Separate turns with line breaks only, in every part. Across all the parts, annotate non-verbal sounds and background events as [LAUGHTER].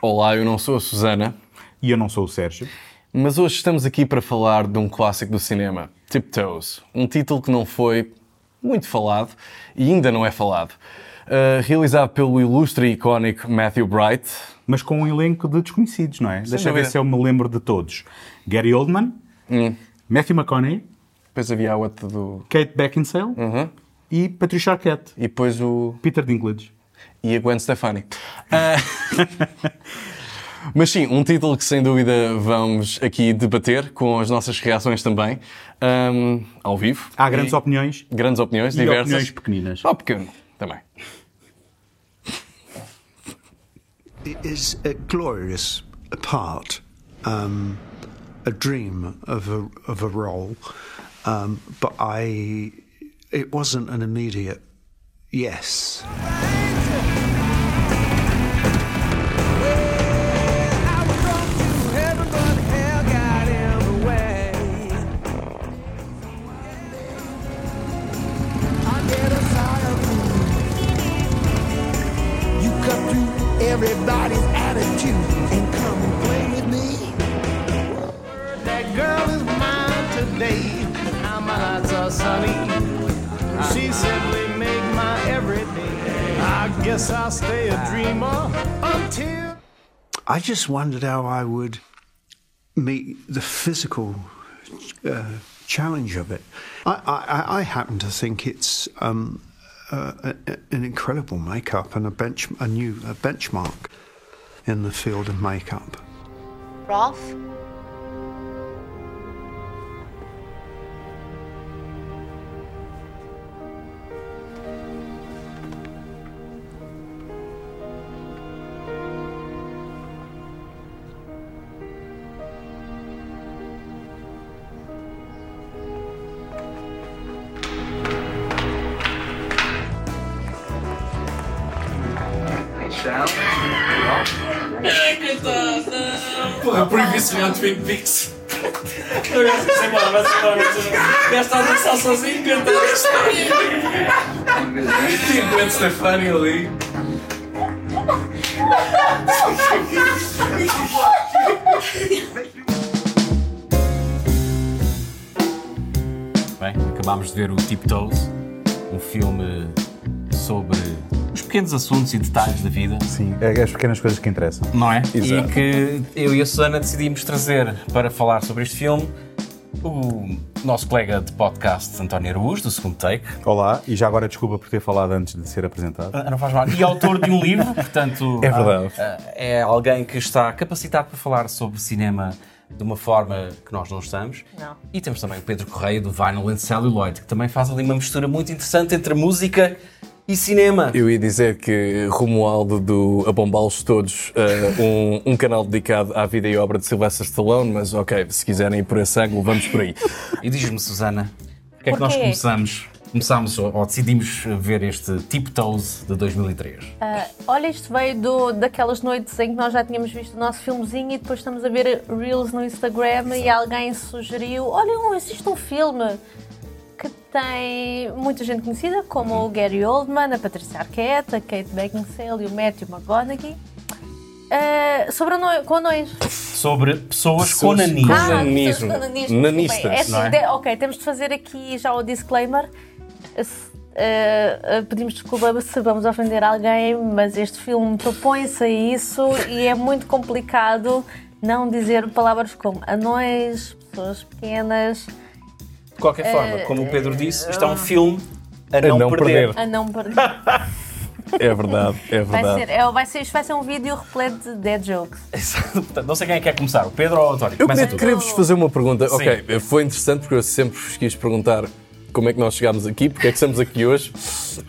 Olá, eu não sou a Susana,
E eu não sou o Sérgio.
mas hoje estamos aqui para falar de um clássico do cinema, Tiptoes, um título que não foi muito falado e ainda não é falado. Uh, realizado pelo ilustre e icónico Matthew Bright,
Mas com um elenco de desconhecidos, não é? Deixa eu ver
dúvida. Hum.
se eu me lembro de todos. Gary Oldman, Matthew McConaughey,
depois havia a outra do...
Kate Beckinsale
Uhum.
e Patricia Arquette.
e depois o...
Peter Dinklage.
e a Gwen Stefani. Ah, [LAUGHS] Mas sim, um título que sem dúvida vamos aqui debater com as nossas reações também, ahm, ao vivo.
Há grandes
E
opiniões
grandes opiniões,
e
diversas.
opiniões pequeninas.
Só pequeno, também.
It is a glorious part, um, a dream of a of a role, um, but I, it wasn't an immediate yes.
You cut through everybody's attitude and come and play with me. That girl is mine today. Now my nights are sunny. She simply made my everyday. I guess I'll stay a dreamer until.
I just wondered how I would meet the physical uh, challenge of it. I, I, I- I happen to think it's um, uh, a- a- an incredible makeup and a bench, a new a benchmark in the field of makeup.
Rolf?
Porra, proibi sonhar de Twin Peaks. Vai-se embora, vai-se embora. O gajo está a dançar sozinho e cantar a história. Tem Gwen Stefani ali.
Bem, acabámos de ver o Tiptoes, um filme sobre os pequenos assuntos e detalhes da vida,
Sim, é as pequenas coisas que interessam.
não é?
Exato.
E que eu e a Susana decidimos trazer para falar sobre este filme o nosso colega de podcast António Araújo, do segundo take,
Olá, e já agora desculpa por ter falado antes de ser apresentado.
Ah, não faz mal, e autor de um livro,
[LAUGHS]
portanto.
É verdade.
ah, ah, É alguém que está capacitado para falar sobre cinema de uma forma que nós não estamos.
Não.
E temos também o Pedro Correia do Vinyl and Celluloid, que também faz ali uma mistura muito interessante entre música e cinema.
Eu ia dizer que Romualdo do A Bombá-los Todos, eh, um, um canal dedicado à vida e obra de Sylvester Stallone, mas ok, se quiserem ir por esse ângulo, vamos por aí.
E diz-me, Susana, porque é que nós
Porquê?
começamos, começámos ou, ou decidimos ver este Tiptoes de 2003?
Ah, olha, isto veio do- daquelas noites em que nós já tínhamos visto o nosso filmezinho e depois estamos a ver Reels no Instagram e alguém sugeriu: olha, existe um filme que tem muita gente conhecida, como o Gary Oldman, a Patricia Arquette, a Kate Beckinsale e o Matthew McConaughey, ah, sobre a noi- com a noite.
Sobre pessoas, com
Pessoas
Ah,
nanismo.
com é Nanismo. Nanistas, não é?
Ok, temos assim, de fazer aqui já o disclaimer. Se- eh, eh, pedimos desculpa se vamos ofender alguém, mas este filme propõe-se a isso e é muito complicado não dizer palavras como anões, pessoas pequenas,
De qualquer forma, como o Pedro disse, isto é um filme a não,
Ah, não
perder.
perder.
a não perder.
[LAUGHS] É verdade, é
Vai
verdade.
ser, é, vai ser, isto vai ser um vídeo repleto de dead jokes.
[LAUGHS] Exato. Portanto, não sei quem é que quer começar, o Pedro ou o António?
Eu
Começa
queria,
tu.
queria-vos fazer uma pergunta. Ok, foi interessante porque eu sempre vos quis perguntar como é que nós chegámos aqui, porque é que estamos aqui hoje.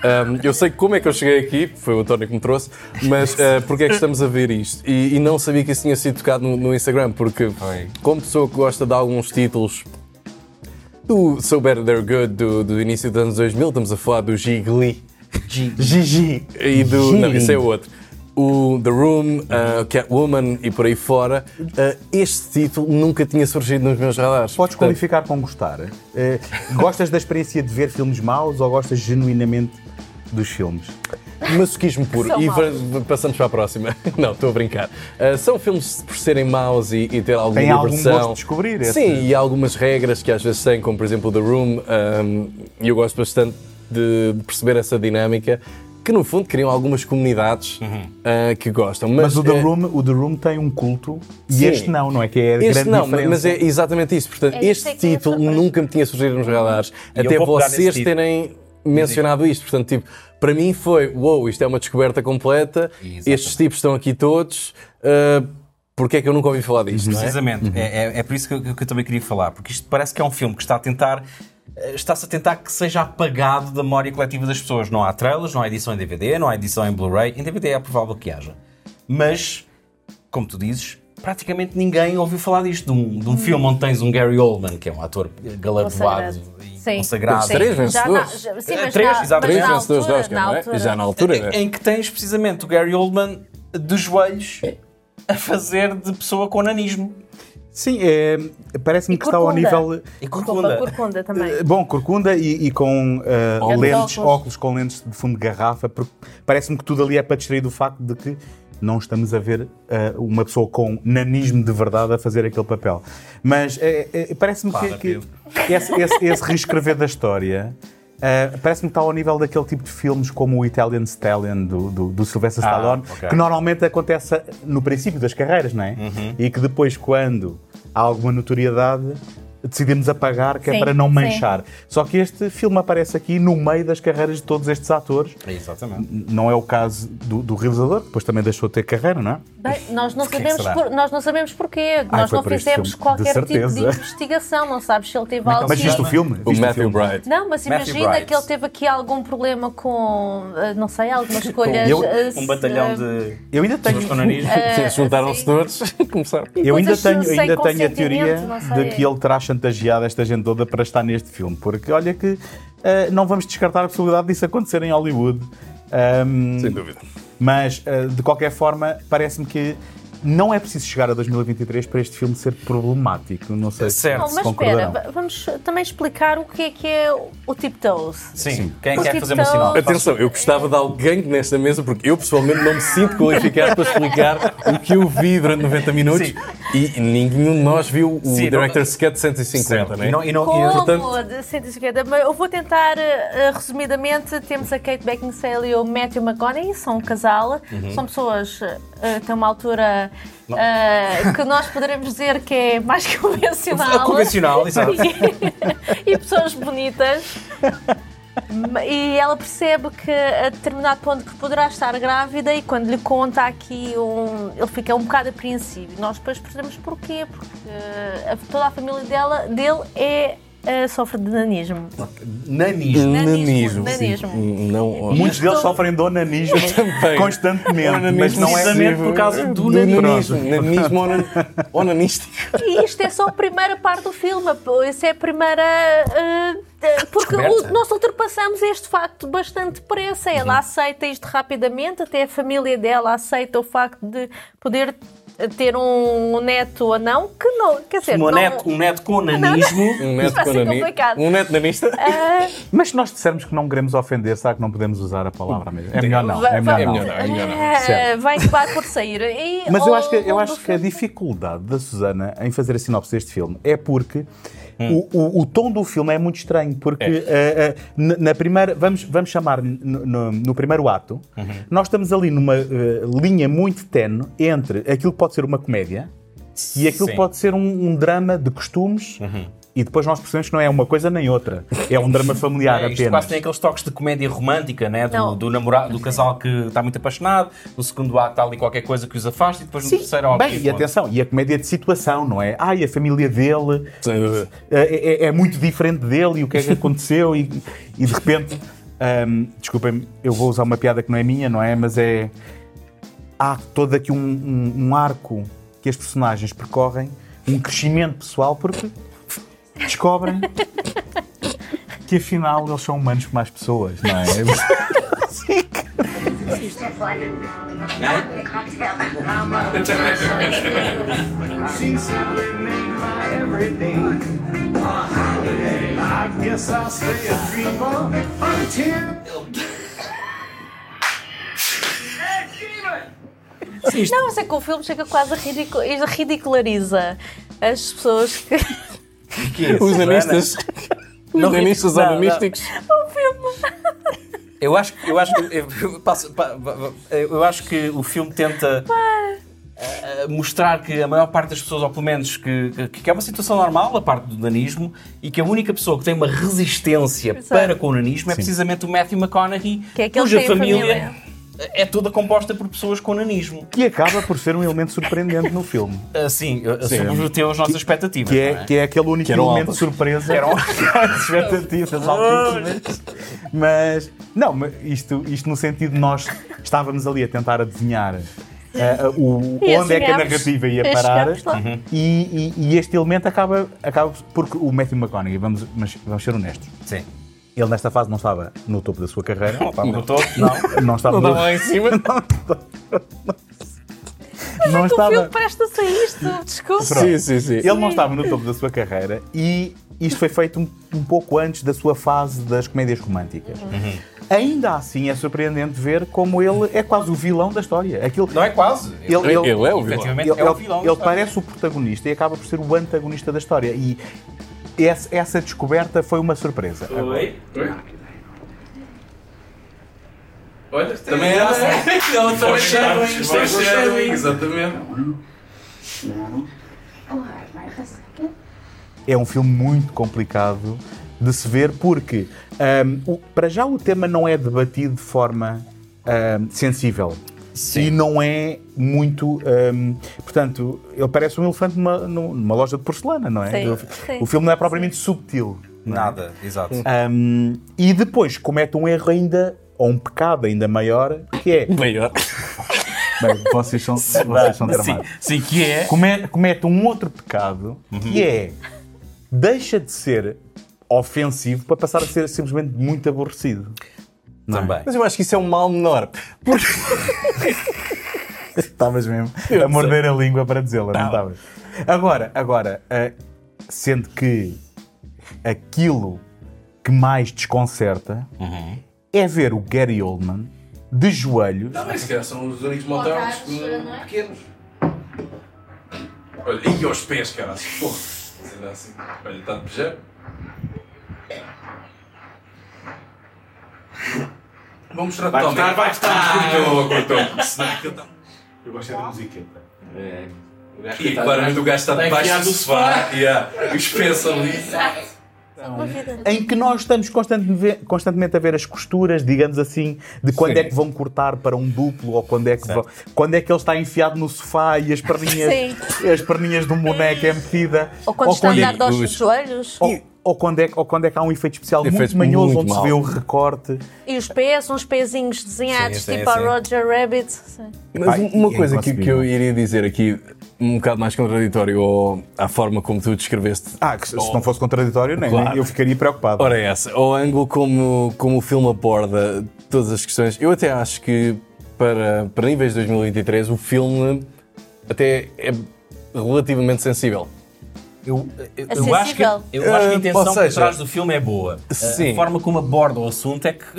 Ahm, eu sei como é que eu cheguei aqui, foi o António que me trouxe, mas ah, porque é que estamos a ver isto? E, e não sabia que isso tinha sido tocado no, no Instagram, porque
Foi.
como pessoa que gosta de alguns títulos do So Better They're Good do, do início dos anos 2000, estamos a falar do Gigli. Gigi. E do. Não, isso é outro. O The Room, uh, Catwoman e por aí fora. uh, este título nunca tinha surgido nos meus radares.
Podes
Portanto,
qualificar com gostar. Eh, gostas da experiência de ver filmes maus ou gostas genuinamente dos filmes?
masoquismo puro.
São
e
maus.
va- passamos para a próxima. [LAUGHS] Não, estou a brincar. Ah, são filmes por serem maus e, e ter alguma
Tem algum
diversão.
gosto de descobrir esse-
Sim, e há algumas regras que às vezes têm, como por exemplo o The Room, ahm, e eu gosto bastante de, de perceber essa dinâmica, que no fundo criam algumas comunidades ah, que gostam.
Uhum. Mas o The,
eh,
Room, o The Room tem um culto e
Sim.
este não, não é? Que é a
Este
grande
não,
diferença.
mas é exatamente isso. Portanto,
É
este
isso é que eu
título
ia falar.
nunca me tinha surgido nos radares.
eu
até
vou pegar
vocês
nesse título.
terem mencionado isto. Portanto, tipo, para mim foi, uou, isto é uma descoberta completa.
Exatamente.
Estes tipos estão aqui todos. ah, Porquê é que eu nunca ouvi falar disto? não é?
Precisamente. É, é- é por isso que eu, que eu também queria falar, porque isto parece que é um filme que está a tentar. eh, Está-se a tentar que seja apagado da memória coletiva das pessoas. Não há trailers, não há edição em DVD, não há edição em Blu-ray. Em DVD é provável que haja. Mas, como tu dizes, praticamente ninguém ouviu falar disto. De um,
Hum.
de um filme onde tens um Gary Oldman, que é um ator galardoado
Consagrado.
e
Sim.
consagrado.
Sim. Três
Já na-
vencedores. É,
já- sim, mas
Três,
na-
exato.
mas
Três
na
vencedores de
altura,
Oscar, não
na
é?
altura.
Já na altura, né?
Em que tens precisamente o Gary Oldman de joelhos a fazer de pessoa com nanismo.
Sim, é, parece-me
E
que está ao
corcunda.
nível.
E
Desculpa,
corcunda.
corcunda também.
Eh, Bom, corcunda e, e com eh,
Óculos.
lentes,
Óculos.
óculos com lentes de fundo de garrafa, porque parece-me que tudo ali é para distrair do facto de que não estamos a ver eh, uma pessoa com nanismo de verdade a fazer aquele papel. Mas eh, eh, parece-me que,
Para,
que esse, esse- esse reescrever da história. eh, parece-me que está ao nível daquele tipo de filmes como o Italian Stallion do, do, do Sylvester
Ah,
Stallone,
ok.
que normalmente acontece no princípio das carreiras, não é?
Uhum.
E que depois, quando há alguma notoriedade, decidimos apagar que é
Sim,
para não
sim.
manchar. Só que este filme aparece aqui no meio das carreiras de todos estes atores.
Exatamente.
Não é o caso do, do realizador, que depois também deixou de ter carreira, não é?
Bem, nós, não
Porquê que
sabemos
será?
por- nós não sabemos porquê.
Ai,
nós
foi
não
por este
fizemos
filme, de
qualquer tipo de
certeza.
investigação. Não sabes se ele teve algo.
Mas viste o filme?
O
Viste
Matthew
filme?
Bright.
Não, mas
Matthew
imagina
Bright.
que ele teve aqui algum problema com, ah, não sei, algumas escolhas.
eu-
ah, se-
Um batalhão de
Eu ainda tenho.
pessoas com
[LAUGHS]
nanismo.
Sim, Juntaram-se
Ah, sim.
todos [LAUGHS] e começaram.
Eu ainda
Coisas
tenho,
sem
ainda tenho a
consentimento,
teoria
não
de
sei.
que ele terá chantageado esta gente toda para estar neste filme, porque olha que ah, não vamos descartar a possibilidade disso acontecer em Hollywood. Ahm,
Sem dúvida.
Mas, eh, de qualquer forma, parece-me que não é preciso chegar a 2023 para este filme ser problemático. Não sei
Certo.
Não,
se
mas espera,
concordarão.
va- vamos também explicar o que é que é o tip toes.
Sim.
é
Quem
Porque
quer fazer
um
uma
então-
sinal?
Atenção, eu gostava de alguém que nesta mesa, porque eu pessoalmente não me sinto qualificado para explicar o que eu vi durante 90 minutos
Sim.
e nenhum de nós viu o
Sim, não-
Director's Cut 150,
Certo.
não é?
E não, e não, e-
Como?
portanto-
de 150, mas é eu vou tentar eh, eh, resumidamente. Temos a Kate Beckinsale e o Matthew McConaughey, são um casal,
Uhum.
são pessoas eh, têm uma altura eh, que nós poderemos dizer que é mais [LAUGHS] convencional.
É Convencional, exato.
[LAUGHS] e, e pessoas bonitas. E ela percebe que a determinado ponto que poderá estar grávida e quando lhe conta aqui um, ele fica um bocado apreensivo. Nós depois percebemos porquê, porque eh, a- toda a família dela, dele é eh, sofre de nanismo.
Nanismo.
Nanismo.
Nanismo, nanismo.
Sim. Não,
Muitos deles
estou-
sofrem de onanismo
Também.
constantemente,
Onanismo
mas não é
precisamente
possível.
por causa do
nanismo.
Pronto.
Nanismo onan- onanístico.
E isto é só a primeira parte do filme, isso é a primeira. eh, eh, porque
Descoberta. Uhum.
o- nós ultrapassamos este facto bastante depressa. Ela aceita isto rapidamente, até a família dela aceita o facto de poder ter um neto ou não, que não. Quer dizer,
Um
não-
neto, um neto com nanismo. [LAUGHS]
Um
Isto vai
neto
ser
onani-
complicado.
Um neto nanista.
Mas se nós dissermos que não queremos ofender, será que não podemos usar a palavra mesmo? É melhor não.
Vai-
É melhor
vai-
É
não.
melhor não, é melhor não.
Eh,
Certo.
vai acabar por sair. E
Mas eu
ao
acho, que, eu
longo
acho
do
que é a
filme-
dificuldade da Susana em fazer a sinopse deste filme é porque
Hum.
o, o- o tom do filme é muito estranho. Porque eh, eh, na, na primeira, vamos, vamos chamar no, no- no primeiro ato,
Uhum.
nós estamos ali numa eh, linha muito tenue entre aquilo que pode ser uma comédia e aquilo que
Sim. Uhum.
pode ser um, um drama de costumes. E depois nós percebemos que não é uma coisa nem outra. É um drama familiar
É, isto
apenas.
quase tem aqueles toques de comédia romântica, né? Do,
Não.
do namorado, do casal que está muito apaixonado, no segundo ato está ali qualquer coisa que os afasta e depois no terceiro tipo, é? há
Bem,
alguém
e
que-
atenção, e a comédia de situação, não é? Ai, a família dele
Sem dúvida.
é, é- é muito diferente dele e o que é que aconteceu e, e de repente, hum, desculpem, eu vou usar uma piada que não é minha, não é? Mas é há todo aqui um, um- um arco que as personagens percorrem, um crescimento pessoal porque descobrem que afinal eles são humanos como as pessoas, não é? [LAUGHS]
She's serenading my everyday. I guess I'll stay a dreamer until.
isto-
Não, mas é que o filme chega quase a ridicu- e ridiculariza as pessoas que. [LAUGHS] o
Que é isso,
Os
Joana?
nanistas. Os
Não,
nanistas
não, não.
animísticos.
filme.
Eu acho, que- eu acho que eu, eu passo- pa- pa- eu acho que o filme tenta eh, mostrar que a maior parte das pessoas, ou pelo menos que, que- que é uma situação normal, a parte do nanismo, e que a única pessoa que tem uma resistência para com o nanismo é precisamente o Matthew McConaughey,
Que é aquele
cuja
que tem a família.
é toda composta por pessoas com nanismo.
Que acaba por ser um elemento surpreendente no filme.
Assim, subverteu as nossas expectativas.
Que
não
é,
é?
que é aquele único
eram
elemento
altas.
de surpresa. [LAUGHS] Que eram expectativas altíssimas. Mas, não, mas isto, isto no sentido de nós estávamos ali a tentar adivinhar ah, o,
E
onde é que a
chegámos-
narrativa ia
e
parar.
[LAUGHS] chegámos lá.
E, e- e este elemento acaba, acaba. Porque o Matthew McConaughey, vamos, mas vamos ser honestos,
Sim.
ele nesta fase não estava no topo da sua carreira.
Não, pá, não tô- não.
Não estava
Não
no-
dá lá em cima.
não
O filme
estava.
presta-se a isto, desculpa.
Sim, sim, sim.
Ele não estava no topo da sua carreira e isto foi feito um, um pouco antes da sua fase das comédias românticas.
Uhum.
Ainda assim é surpreendente ver como ele é quase o vilão da história. Aquilo,
Não é quase.
ele,
Ele é o vilão.
Efetivamente
ele-
é o vilão.
ele
da história.
parece o protagonista e acaba por ser o antagonista da história. E essa, essa descoberta foi uma surpresa.
Oi? Oi? Olha, também
é?
era. Ela está foreshadowing, foreshadowing. Exatamente.
É um filme muito complicado de se ver porque, ahm, o- para já, o tema não é debatido de forma ahm, sensível. E não é muito. ahm, portanto, ele parece um elefante numa, numa loja de porcelana, não é?
Sim,
o,
sim.
o filme não é propriamente subtil. não é?
Nada, exato.
Ahm, e depois comete um erro ainda, ou um pecado ainda maior, que é.
Maior.
Bem, vocês são, vocês são
sim,
tramados.
sim, que é.
Come- comete um outro pecado que é deixa de ser ofensivo para passar a ser simplesmente muito aborrecido.
Também.
Mas eu acho que isso é um mal menor.
[LAUGHS] Estavas mesmo a morder a língua para dizê-la, não estavas? Agora, agora, ah, sendo que aquilo que mais desconcerta
Uhum.
é ver o Gary Oldman de joelhos.
Ah, mas se calhar são os únicos motards pequenos. Olha, e aos pés, cara. Porra. Era assim. Olha, está de beijar. Vou mostrar vai cortar, vai cortar. Cortou, cortou. Senão que eu tava-
Eu gosto é da musiqueta.
E claramente o gajo tá está debaixo é do sofá. Yeah. Os pés ali.
em que nós estamos constante- constantemente a ver as costuras, digamos assim, de quando é que vão cortar para um duplo ou quando é que, vão- quando é que ele está enfiado no sofá e as perninhas, as perninhas de um boneco é metida.
Ou quando está a
é-
andar aos
os-
joelhos
ou- ou quando é, que- ou quando é que há um efeito especial
Efeito
muito manhoso
muito
onde
mau.
se vê o recorte.
e os pés, uns pezinhos desenhados,
Sim, sim,
tipo a
sim.
Roger Rabbit. Sim.
Mas
Pá,
uma
e é
coisa que, que eu
inconcebível.
iria dizer aqui, um bocado mais contraditório ao- à forma como tu descreveste
Ah, que se, se não fosse contraditório, nem, nem- eu ficaria preocupado.
Ora, é essa. Ao ângulo como, como o filme aborda todas as questões, eu até acho que para, para níveis de 2023 o filme até é relativamente sensível.
Eu, eu- eu
Acessível.
acho que, eu acho que a
Eh,
intenção
ou seja-
por trás do filme é boa. A- A
Sim.
forma como aborda o assunto é que.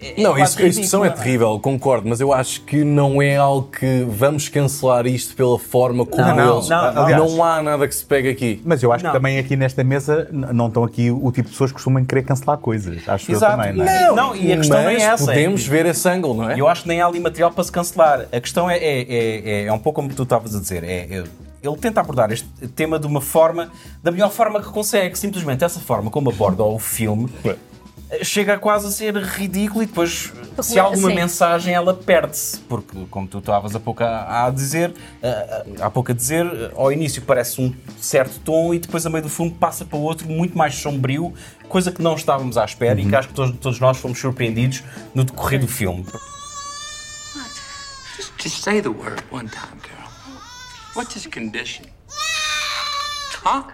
é- é
não,
quase
isso, a expressão é
ridícula, não
terrível, concordo, mas eu acho que não é algo que vamos cancelar isto pela forma como
Não, não,
eles.
não,
não.
há nada que se pegue aqui.
Mas eu acho
Não.
que também aqui nesta mesa n- não estão aqui o tipo de pessoas que costumam querer cancelar coisas. Acho
Exato.
eu também, não é?
Não, e a questão não é
mas
essa, é
podemos
que-
ver esse ângulo, não é?
Eu acho que nem há ali material para se cancelar. A questão é, é, é, é- é um pouco como tu estavas a dizer. É, é- ele tenta abordar este tema de uma forma, da melhor forma que consegue. Simplesmente essa forma como aborda o filme eh, chega quase a ser ridículo e depois, se há alguma
Sim.
mensagem, ela perde-se. Porque, como tu estavas há pouco a, a dizer, eh, há pouco a dizer, eh, ao início parece um certo tom e depois a meio do filme passa para outro muito mais sombrio, coisa que não estávamos à espera
Uhum.
e que acho que todos, todos nós fomos surpreendidos no decorrer do filme.
Just, just say the word one time, Carol. What's his condition? Huh?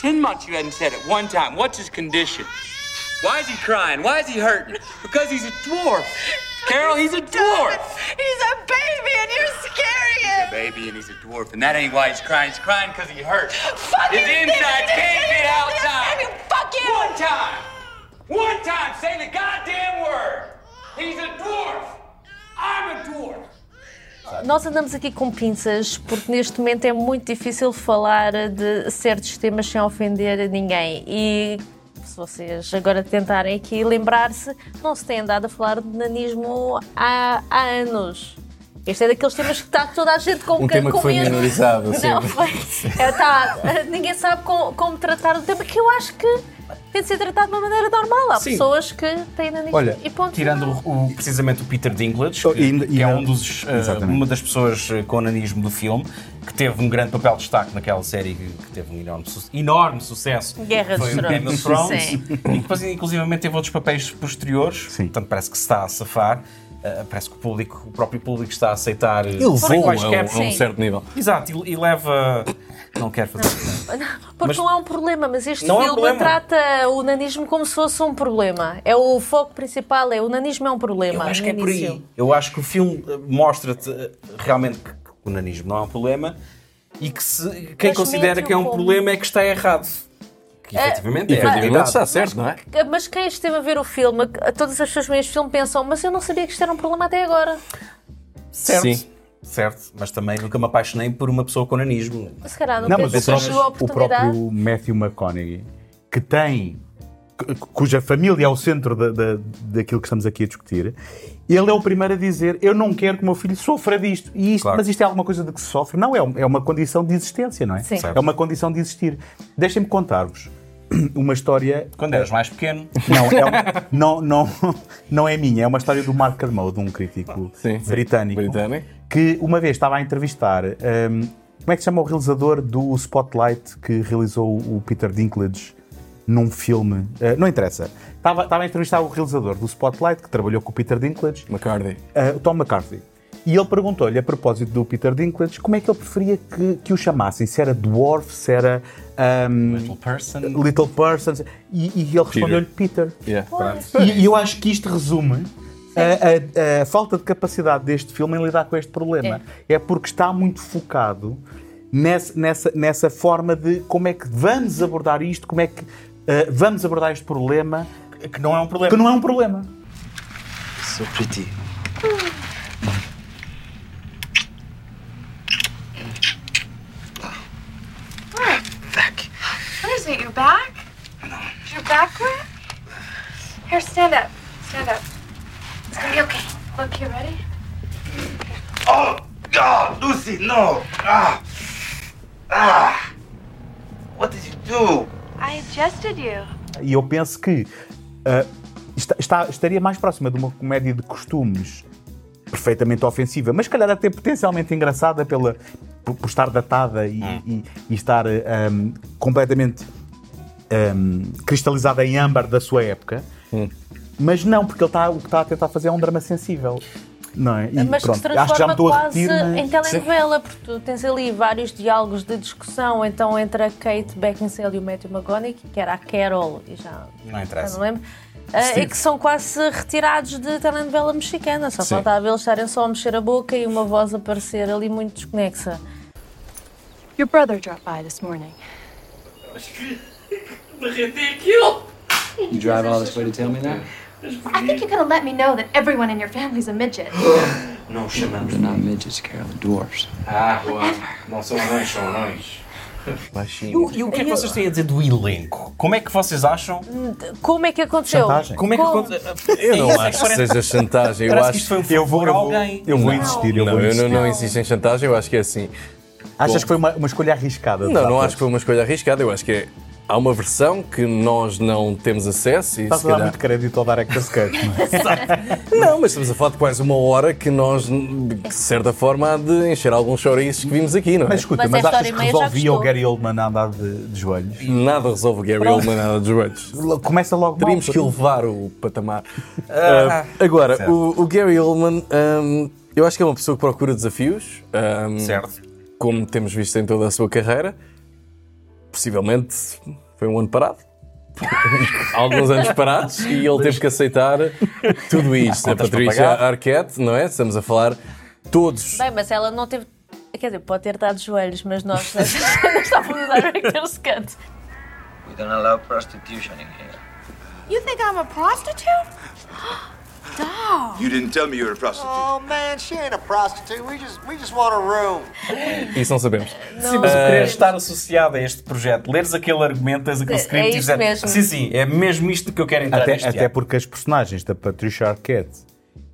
Ten months you hadn't said it one time. What's his condition? Why is he crying? Why is he hurting? Because he's a dwarf. Carol, he's a dwarf.
He's a baby and you're scaring him.
Baby, and he's a dwarf, and that ain't why he's crying. He's crying because he hurt.
Fucking
His inside can't get outside.
Fuck you.
One time. One time. Say the goddamn word. He's a dwarf. I'm a dwarf.
Nós andamos aqui com pinças porque neste momento é muito difícil falar de certos temas sem ofender a ninguém. E se vocês agora tentarem aqui lembrar-se, não se tem andado a falar de nanismo há, há anos. Este é daqueles temas que está toda a gente com
Um tema que
com
foi
medo.
minorizado, sim.
[LAUGHS] Não, foi. É, tá, ninguém sabe como, como tratar o tema que eu acho que tem de ser tratado de uma maneira normal. Há
Sim.
pessoas que têm nanismo
Olha,
e ponto.
Tirando o, o- precisamente o Peter Dinklage,
Oh,
que,
e-
que
e
é
não-
um dos, eh,
Exatamente.
uma das pessoas eh, com nanismo do filme, que teve um grande papel de destaque naquela série que, que teve um enorme, su- enorme sucesso.
Guerra dos
foi o Game of
Thrones.
Thrones.
Sim.
E depois, inclusivamente, teve outros papéis posteriores.
Sim.
Portanto, parece que se está a safar. eh, parece que o público, o próprio público está a aceitar. Ele
Elevou a,
quaisquer.
um- a um
Sim.
certo nível.
Exato, e, e leva. Não quero fazer.
Porque
Mas-
não é um problema, mas este
Não é um
filme
problema.
trata o nanismo como se fosse um problema. É o foco principal, é o nanismo é um problema. no início.
Eu acho que o filme eh, mostra-te eh, realmente que o nanismo não é um problema e que se- quem
Mas
considera
mete-o
que é um
como-
problema é que está errado. Que efetivamente é.
Efetivamente está certo, não é?
Mas quem esteve a ver o filme, que- todas as pessoas que veem este filme pensam, mas eu não sabia que isto era um problema até agora.
Certo.
Sim.
Certo, mas também nunca me apaixonei por uma pessoa com nanismo.
Se calhar não,
Não,
teve
mas o
a sua
próprio, o
oportunidade.
próprio Matthew McConaughey, que tem, cu- cuja família é o centro da, da- daquilo que estamos aqui a discutir, ele é o primeiro a dizer: Eu não quero que o meu filho sofra disto. E isto-
Claro.
Mas isto é alguma coisa de que se sofre? Não, é, um- é uma condição de existência, não é?
Sim. Certo.
É uma condição de existir. Deixem-me contar-vos [CLEARS THROAT] uma história.
Quando eras mais pequeno.
Não, é uma- não, não, [LAUGHS] não é minha, é uma história do Mark Kermode, um crítico
Sim.
britânico
Britânico.
que uma vez estava a entrevistar hum, como é que se chama o realizador do Spotlight que realizou o Peter Dinklage num filme, Uh, não interessa estava, estava a entrevistar o realizador do Spotlight que trabalhou com o Peter Dinklage
McCarthy.
uh, o Tom McCarthy e ele perguntou-lhe a propósito do Peter Dinklage como é que ele preferia que, que o chamassem se era dwarf, se era hum,
Little person.
little person se- e, e ele respondeu-lhe Peter
Yeah.
e, e eu acho que isto resume a, a- a falta de capacidade deste filme em lidar com este problema. É, porque está muito focado nessa, nessa, nessa forma de como é que vamos abordar isto, como é que eh, vamos abordar este problema
Que não é um problema.
que não é um problema.
So pretty.
What is it? Your back? Is your back hurt? Here, stand up. Stand up. It's gonna be okay. Look, you ready?
Oh, God, Lucy, no. Ah. Ah. What did you do?
I adjusted you.
E eu penso que ah, está- está- estaria mais próxima de uma comédia de costumes perfeitamente ofensiva, mas se calhar até potencialmente engraçada pela, por, por estar datada e, e- e estar ah, ahm, completamente ahm, cristalizada em âmbar da sua época. Mas não, porque ele está, o que está a tentar fazer é um drama sensível. Não é? E
Mas que se
pronto, acho que já me
transforma
estou a
quase
repetir. mas-
em telenovela, porque tu tens ali vários diálogos de discussão, então entre a Kate Beckinsale e o Matthew McConaughey, que era a Carol, e já
Não interessa.
já não lembro, eh, e que são quase retirados de telenovela mexicana, só faltava eles estarem só a mexer a boca e uma voz aparecer ali muito desconexa.
Your brother dropped by this morning.
Derreter aquilo!
You drive all this way to tell me that?
I think you could have let me know that everyone in your family's a midget.
Não chamamos
They're not midgets, Carol. They're dwarfs.
Ah, não são anões, são anões.
E o- E o que é que vocês têm a dizer do elenco? Como é que vocês acham?
Como é que aconteceu?
Chantagem.
Como é que
Como?
aconte-
Eu não
Isso é
acho que
parece-
seja chantagem. Eu
Parece que isto
acho.
foi um favor
Eu vou, eu vou,
a alguém.
eu vou insistir. Eu
Não,
vou
eu não,
insistir.
não insisto em chantagem, eu acho que é assim.
Achas que foi uma, uma escolha arriscada?
Não, não acho que foi uma escolha arriscada, eu acho que é. Há uma versão que nós não temos acesso e
Estás
se
a dar
calhar.
muito crédito ao Director's [LAUGHS] Cut, não é?
Não, mas estamos a falar de quase uma hora que nós, de certa forma, há de encher alguns chouriços que vimos aqui, não é?
Mas escuta,
Mas
mas,
esta hora
achas
e
que
meia já
resolvia
gostou.
o Gary Oldman a andar de, de joelhos?
Nada resolve o Gary Oldman, nada dos joelhos.
Lo- Começa logo
Teríamos
mal.
que elevar o patamar. Ah, agora, o, o Gary Oldman, ahm, eu acho que é uma pessoa que procura desafios, ahm,
Certo.
como temos visto em toda a sua carreira. Possivelmente foi um ano
[LAUGHS]
parado. Alguns anos parados e ele teve que aceitar tudo isto. A
contas para
Patrícia
pagar.
Arquette, não é? Estamos a falar todos.
Bem, mas ela não teve. Quer dizer, pode ter dado joelhos, mas nós [LAUGHS] nós estávamos a dar aqueles cantos.
We don't allow prostitution in here.
You think I'm a prostitute? doll.
You didn't tell me you were a prostitute.
Oh man, she ain't a prostitute. We just we just want a room.
Isso não sabemos.
Sim, mas o
Então,
Ah,
querer estar associado a este projeto, leres aquele argumento, tens aquele
É
script
isto
e dizer,
mesmo.
sim, sim, é mesmo isto que eu quero entrar
Até,
neste
até
teatro."
porque as personagens da Patricia Arquette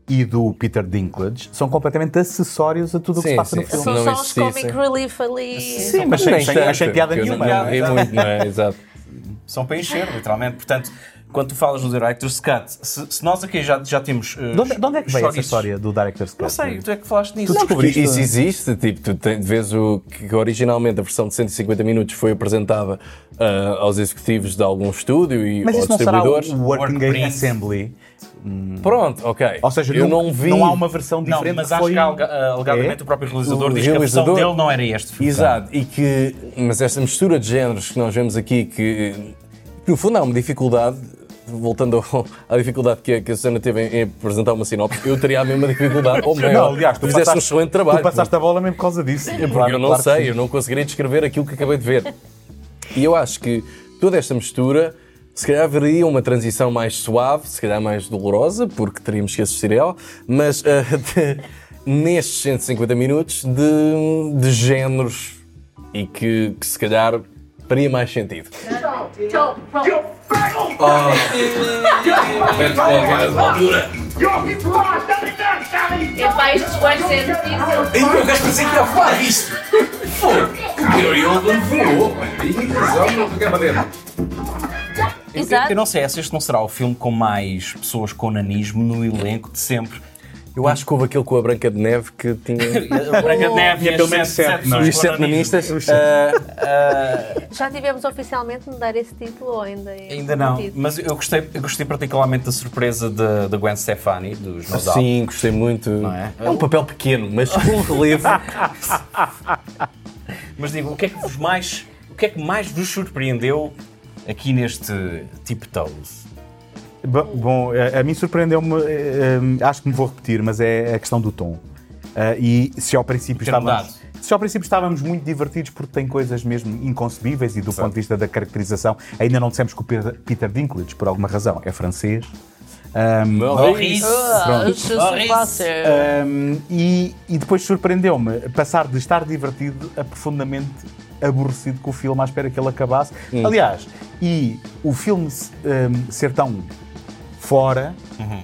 e do Peter Dinklage são completamente acessórios a tudo o que é
Sim,
se passa no
sim.
filme.
São só os comic relief ali.
Sim, mas sem,
é
sem, sem piada nenhuma.
Exato.
São para encher, literalmente. Portanto, quando tu falas do Director's Cut, se, se nós aqui já, já temos. eh,
De onde, de onde é que veio essa
chouriços-
história do Director's Cut?
Não sei, tu é que falaste nisso.
Não, porque isso existe, tipo, tu te- vês o que originalmente a versão de 150 minutos foi apresentada ah, aos executivos de algum estúdio e
Mas
aos
isso não será um-
distribuidores.
o Working Game Assembly?
Pronto, ok.
Ou seja,
eu
não,
não vi.
não há uma versão diferente
Não, mas
que
acho
foi...
que alga- ah, alegadamente
É?
o próprio realizador
O
diz que a versão
realizador-
dele não era este. filme.
Exato, e que, mas esta mistura de géneros que nós vemos aqui, que, que no fundo há uma dificuldade, voltando ao- à dificuldade que a, que a Susana teve em, em apresentar uma sinopse, eu teria a mesma dificuldade, ou melhor,
Não, aliás, tu
fizeste
passaste,
um excelente trabalho. É
Tu passaste a bola mesmo por causa disso.
porque eu não sei, eu não conseguiria descrever aquilo que acabei de ver. E eu acho que toda esta mistura, se calhar haveria uma transição mais suave, se calhar mais dolorosa, porque teríamos que assistir a ela, mas ah, de- nestes 150 minutos de, de géneros e que, que se calhar faria mais sentido.
Epá, isto vai ser difícil.
Ei, meu, o gajo pensei que ia falar isto. Fogo. O Gary Oldman voou. Inclusão de que maneira.
Eu- Eu, eu não sei, se este não será o filme com mais pessoas com nanismo no elenco de sempre.
Eu acho que houve aquele com a Branca de Neve que [LAUGHS] tinha.
A Branca de Neve
Tinha
e as é sete- sete
Os
pessoas
sete
com nanismo.
nanistas. ah, ah,
Já tivemos oficialmente de mudar esse título ou ainda? é
Ainda não,
mantido?
mas eu gostei, eu gostei particularmente da surpresa da da Gwen Stefani, dos No Doubt.
Sim, gostei muito. É um papel pequeno, mas com um [LAUGHS] relevo.
Mas digo, o que é que vos mais, o que é que mais vos surpreendeu aqui neste tipo Toes?
Bo- Bom, a, a mim surpreendeu-me, eh, eh, acho que me vou repetir, mas é a questão do tom. Ah, e se ao princípio
Ter mudado.
estávamos. Se ao princípio estávamos muito divertidos porque tem coisas mesmo inconcebíveis e do ponto de vista da caracterização, ainda não dissemos que o Peter, Peter Dinklage, por alguma razão, é francês. Ah,
Maurice.
Pronto.
Ah, Maurice. Maurice.
eh,
Ah, e, e depois surpreendeu-me passar de estar divertido a profundamente aborrecido com o filme à espera que ele acabasse.
Hum.
Aliás, e o filme ah, ser tão fora
Uhum.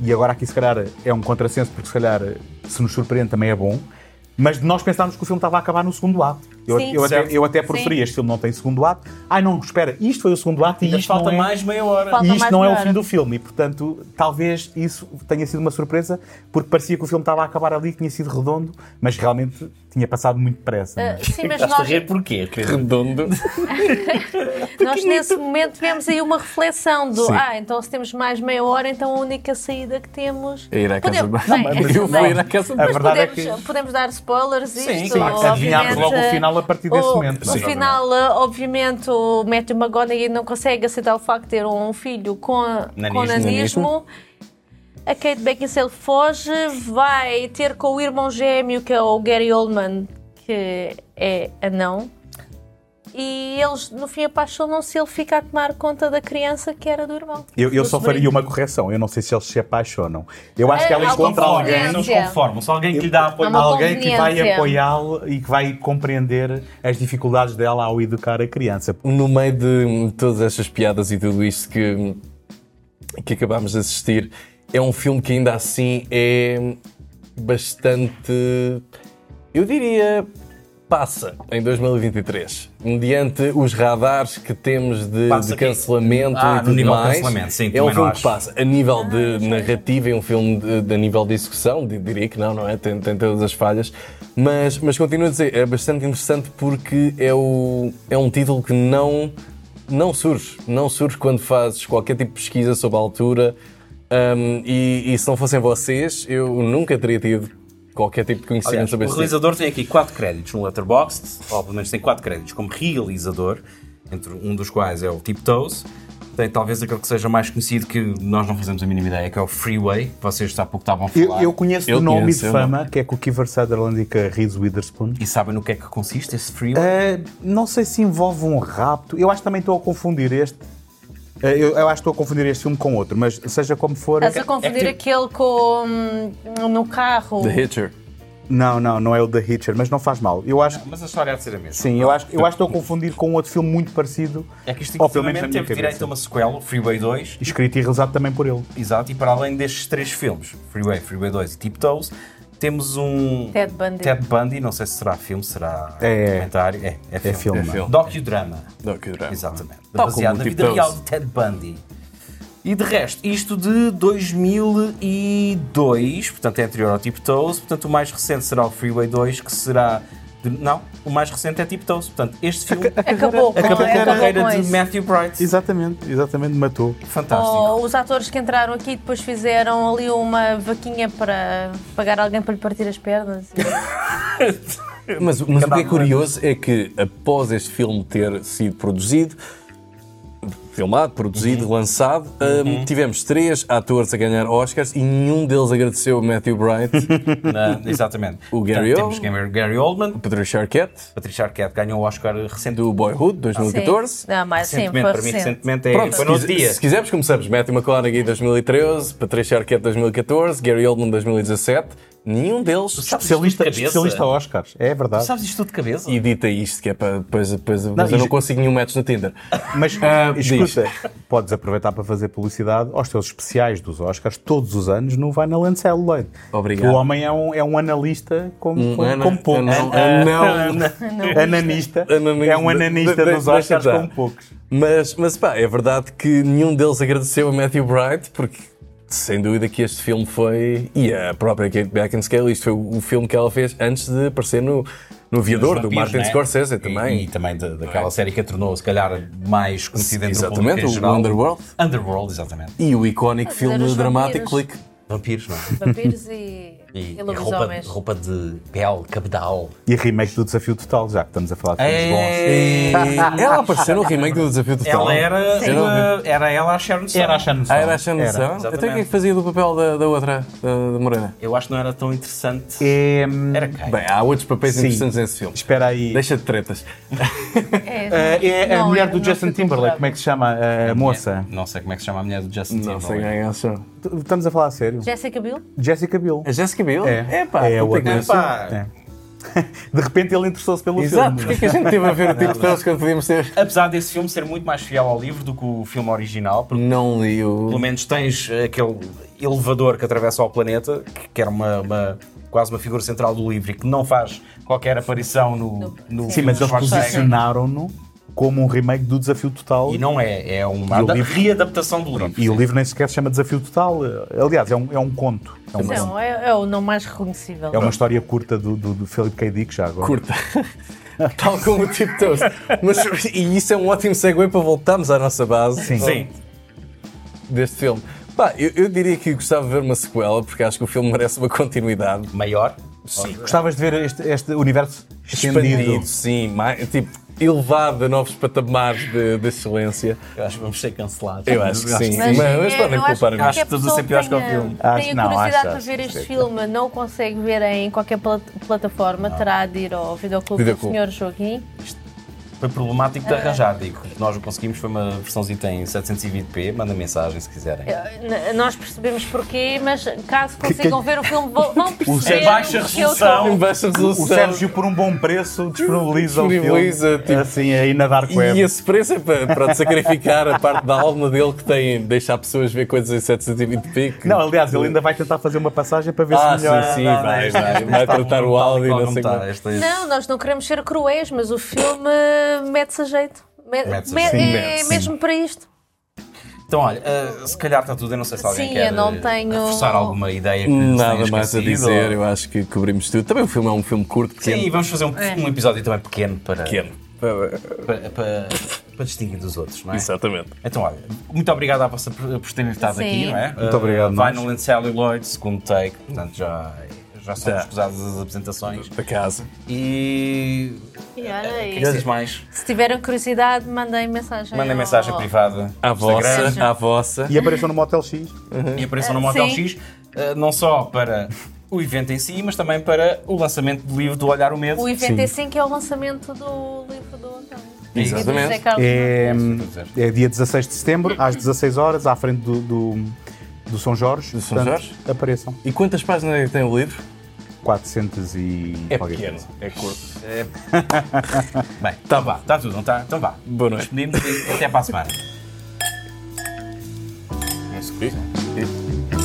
e agora aqui se calhar é um contrassenso, porque se calhar se nos surpreende também é bom, mas nós pensámos que o filme estava a acabar no segundo ato. Eu,
Sim.
eu, até,
Certo.
eu até preferia,
Sim.
este filme não tem segundo ato. Ai não, espera, isto foi o segundo ato e
Ainda
isto
falta
não é...
mais meia hora. Falta
E isto
mais
não é o
meia
fim
hora.
do filme, e portanto talvez isso tenha sido uma surpresa, porque parecia que o filme estava a acabar ali, que tinha sido redondo, mas realmente tinha passado muito depressa. é?
Ah, sim, mas
Estás a
nós-
rir
porquê?
Redondo.
Nós nesse momento tivemos aí uma reflexão do
Sim.
ah, então se temos mais meia hora, então a única saída que temos
É ir à casa de
Podemos-
banho. Não, mas- Eu vou
Bem,
ir à casa de
mas
banho. A verdade é
podemos,
que-
podemos dar spoilers
Sim,
isto,
claro que sim. Adivinhámos
obviamente, eh,
logo o final a partir desse
o-
momento.
O
Sim.
final, eh, obviamente, o Matthew McGonaghy não consegue aceitar o facto de ter um filho com,
Nanismo.
com nanismo. A Kate Beckinsale foge, vai ter com o irmão gêmeo, que é o Gary Oldman, que é anão. E eles, no fim, apaixonam-se. Ele fica a tomar conta da criança que era do irmão.
Eu, eu
Do
só
sobrinho.
faria uma correção, eu não sei se eles se apaixonam. Eu acho que
É,
ela
há uma
encontra alguém.
conveniência. Não se conformam,
só alguém que lhe dá apoio.
Há uma
Alguém que vai
conveniência.
apoiá-lo e que vai compreender as dificuldades dela ao educar a criança.
No meio de hum, todas estas piadas e tudo isto que, hum, que acabámos de assistir, é um filme que ainda assim é bastante. Eu diria. Passa em 2023, mediante os radares que temos de,
Passa
de
aqui.
cancelamento
Ah,
e
no
tudo
nível de
mais.
cancelamento, sim,
é um
também não
filme que
acho.
passa a nível de narrativa, é um filme de, de- a nível de execução, di- diria que não, não é? Tem, tem todas as falhas, mas, mas continuo a dizer, é bastante interessante porque é, o, é um título que não, não surge, não surge quando fazes qualquer tipo de pesquisa sobre a altura. hum, e, e se não fossem vocês, eu nunca teria tido qualquer tipo de conhecimento
Aliás,
sobre
o
este título.
realizador tem aqui 4 créditos no Letterboxd, ou pelo menos tem 4 créditos como realizador, entre um dos quais é o Tiptoes. Tem talvez aquele que seja mais conhecido que nós não fazemos a mínima ideia, que é o Freeway, que vocês há pouco estavam a
Eu,
falar.
eu conheço de nome e de fama, que é com o Kiefer Sutherland e com a Reese Witherspoon.
E sabem no que é que
Eh,
consiste esse Freeway?
Ah, não sei se envolve um rapto. Eu acho que também estou a confundir este Eh, Eu, eu acho que estou a confundir este filme com outro, mas seja como for.
Estás a confundir aquele com. hum, no carro.
Hitcher. Não, não, não é o The Hitcher, mas não faz mal. Eu acho.
Mas a história há de ser a mesma.
Sim, eu acho, eu acho que estou a confundir com outro filme muito parecido.
É que isto
Ou pelo menos na
inclusivamente
minha
teve direito
cabeça.
a uma sequela, o Freeway 2.
Escrito e realizado também por ele.
Exato, e para além destes três filmes, Freeway, Freeway 2 e Tiptoes, temos um.
Ted Bundy.
Ted Bundy, não sei se será filme, será
É, é.
documentário. É, é filme.
filme. É filme.
Docudrama. Docudrama. Exatamente.
Uhum.
Tal
Baseado
como
na
o
vida
Tiptoes.
real de Ted Bundy. E de resto, isto de 2002, portanto é anterior ao Tiptoes, portanto o mais recente será o Freeway 2, que será. de- não, o mais recente é Tiptoes. Portanto, este filme
Acabou com-
acabou com a
acabou
carreira
com
de
isso.
Matthew Bright.
Exatamente, exatamente, matou.
Fantástico.
Ou Oh, os atores que entraram aqui depois fizeram ali uma vaquinha para pagar alguém para lhe partir as pernas.
Mas, mas o que é curioso é que após este filme ter sido produzido, filmado, produzido, lançado, hum, tivemos três atores a ganhar Oscars e nenhum deles agradeceu a Matthew Bright.
Na- Ah, exatamente.
O Gary
Portanto,
Oldman.
temos Gary- Gary Oldman.
Patricia Arquette.
Patricia Arquette ganhou o Oscar recente.
Do Boyhood, 2014.
Sim. Não, mas sim,
Recentemente,
foi
para mim,
recente.
recentemente é-
Pronto,
foi no
se,
outro
quis-
dia.
se quisermos, começamos. Matthew McConaughey 2013, Patricia Arquette 2014, Gary Oldman 2017. Nenhum deles.
Especialista, especialista Oscars, é verdade.
isto tudo de cabeça?
E dita isto, que é para depois. depois mas eu
e-
não consigo nenhum match no Tinder.
Mas
Ah,
escuta, podes aproveitar para fazer publicidade aos teus especiais dos Oscars todos os anos no Vinyl and Celluloid.
Obrigado.
O homem é um, é um analista como,
Um
como,
ana-
como poucos. Ah,
anão-
[LAUGHS] Ana-
anão-
Ananista. É um ananista
De- de-
dos
deixa
Oscars
estar.
como poucos.
Mas, mas pá, é verdade que nenhum deles agradeceu a Matthew Bright, porque sem dúvida que este filme foi. E a própria Kate Beckinsale, isto foi o filme que ela fez antes de aparecer no, no Aviador,
Dos
do
vampiros,
Martin
né?
Scorsese
E-
também.
E, também da- daquela série que a tornou, se calhar, mais conhecida entre o público
Exatamente,
em
o
geral.
Underworld.
Underworld, exatamente.
E o icónico
Fazer os
filme dramático
vampiros.
Click.
Vampiros, não é?
Vampiros e,
E,
e
e roupa, de-
lobisomens.
roupa de pele, cabedal.
E remake do Desafio Total, já que estamos a falar de
É.
filmes
Ei!
bons.
Ela apareceu no remake do Desafio Total.
Ela era,
Eu não vi.
uma- era ela a Sharon Stone.
Era a Sharon
Ah, era a Shannon Song? Então quem é que
Exatamente. É.
fazia do papel da, da outra, da, da Morena?
Eu acho que não era tão interessante. Era quem?
Bem, há outros papéis
Sim.
interessantes nesse filme.
É, hum, Espera aí.
Deixa de tretas.
Eh, é a
Não,
mulher
eu
do
não
Justin
fico
Timberlake,
confortável.
como é que se chama eh, a moça?
Não sei como é que se chama a mulher do Justin
Não sei quem
Timberlake.
é essa.
T- Estamos a falar a sério.
Jessica Biel?
Jessica Bill.
A Jessica Biel?
É,
pá,
é a
puta que
outra.
pariu.
É. [LAUGHS] De repente ele interessou-se pelo
Exato,
filme.
porque é que a gente teve a ver o
[LAUGHS]
TikToks quando podíamos ter?
é. Apesar desse filme ser muito mais fiel ao livro do que o filme original, porque
Não li
pelo
o.
menos tens eh, aquele elevador que atravessa o planeta, que, que era uma, uma- quase uma figura central do livro e que não faz qualquer aparição no, no
Sim,
filme
mas
do
eles
Schwarzenegger.
posicionaram-no como um remake do Desafio Total.
E não é, é uma
E o
ada-
livro-
readaptação do livro.
E o livro nem sequer se chama Desafio Total. Aliás, é um, é um conto. É um
Então,
conto.
Não, é, é o não mais reconhecível.
É uma história curta do, do, do Philip K. Dick, já agora. [LAUGHS]
Curta. Tal como o TikToks. Mas, e isso é um ótimo segue para voltarmos à nossa base
Sim.
Sim,
deste filme. Pá, eu, eu diria que gostava de ver uma sequela, porque acho que o filme merece uma continuidade.
maior.
Gostavas de ver este, este universo estendido?
Expandido, sim, mais, tipo, elevado a novos patamares de, de excelência.
Eu acho que vamos ser cancelados.
Eu acho que sim. Mas,
Mas,
mas
é,
podem
eu acho
culpar a mim.
Acho que
Qualquer
estamos a
pessoa
ser piores que é o
tenha-
filme.
Acho-
Tenho
não,
curiosidade
acho,
para ver
acho,
este
é
acho.
filme, não o consegue ver em qualquer pla- plataforma, terá de ir ao videoclube do
Videoclube.
Sr. Joaquim.
Foi problemático de arranjar, digo. Nós o conseguimos, foi uma versãozinha em 720p. Manda mensagem se quiserem.
N- Nós percebemos porquê, mas caso consigam ver o filme, vão
[LAUGHS]
vão perceber.
Em baixa
o que eu estou-
resolução.
Em baixa
O
resolução.
Sérgio, por um bom preço, disponibiliza,
Disponibiliza,
o filme.
tipo-
Assim, aí na Dark Web.
E esse preço é para, para sacrificar a parte da alma dele que tem em deixar pessoas ver coisas em 720p. que-
Não, aliás, ele ainda vai tentar fazer uma passagem para ver
Ah,
se melhor.
sim, sim, vai, vai, vai tratar o áudio e não sei como.
Não, nós não queremos ser cruéis, mas o filme mete-se a jeito. Me-
Mete-se a
me-
jeito.
é
Mete-se.
mesmo para isto.
Então, olha, eh, se calhar está tudo. Eu não sei se alguém
Sim,
quer
eu não
eh,
tenho-
reforçar alguma ideia que nos
Hum, Nada
tenha
mais a
esquecido,
dizer,
ou-
eu acho que cobrimos tudo. Também o filme é um filme curto, pequeno.
Sim, e vamos fazer um,
É.
um episódio também pequeno para,
pequeno.
para, para, para distinguir dos outros, não é?
Exatamente.
Então, olha, muito obrigado à vossa por, por terem estado
Sim.
aqui, não é?
Muito obrigado, nós.
Vinyl and Celluloid, segundo take, portanto já, já são
Tá.
escusadas as apresentações.
Da casa.
E.
E olha
O que é
aí.
que se diz mais?
Se tiverem curiosidade, mandem mensagem.
Mandem
ao-
mensagem privada.
À vossa,
Instagram.
à vossa.
E apareceu no Motel X.
e apareçam no Motel
Sim.
X, eh, não só para o evento em si, mas também para o lançamento do livro do Olhar o Medo.
O evento é assim que é o lançamento do livro do António.
Exatamente.
É, é dia 16 de setembro, às 16 horas, à frente do, do, do São Jorge. Do
São Jorge?
Apareçam.
E quantas páginas é que tem o livro?
400 e. qualquer coisa.
é curto. Bem, então vá, está tudo, não está? Então vá.
Boa noite.
Despedimos e até para a semana.
É isso que eu fiz, né?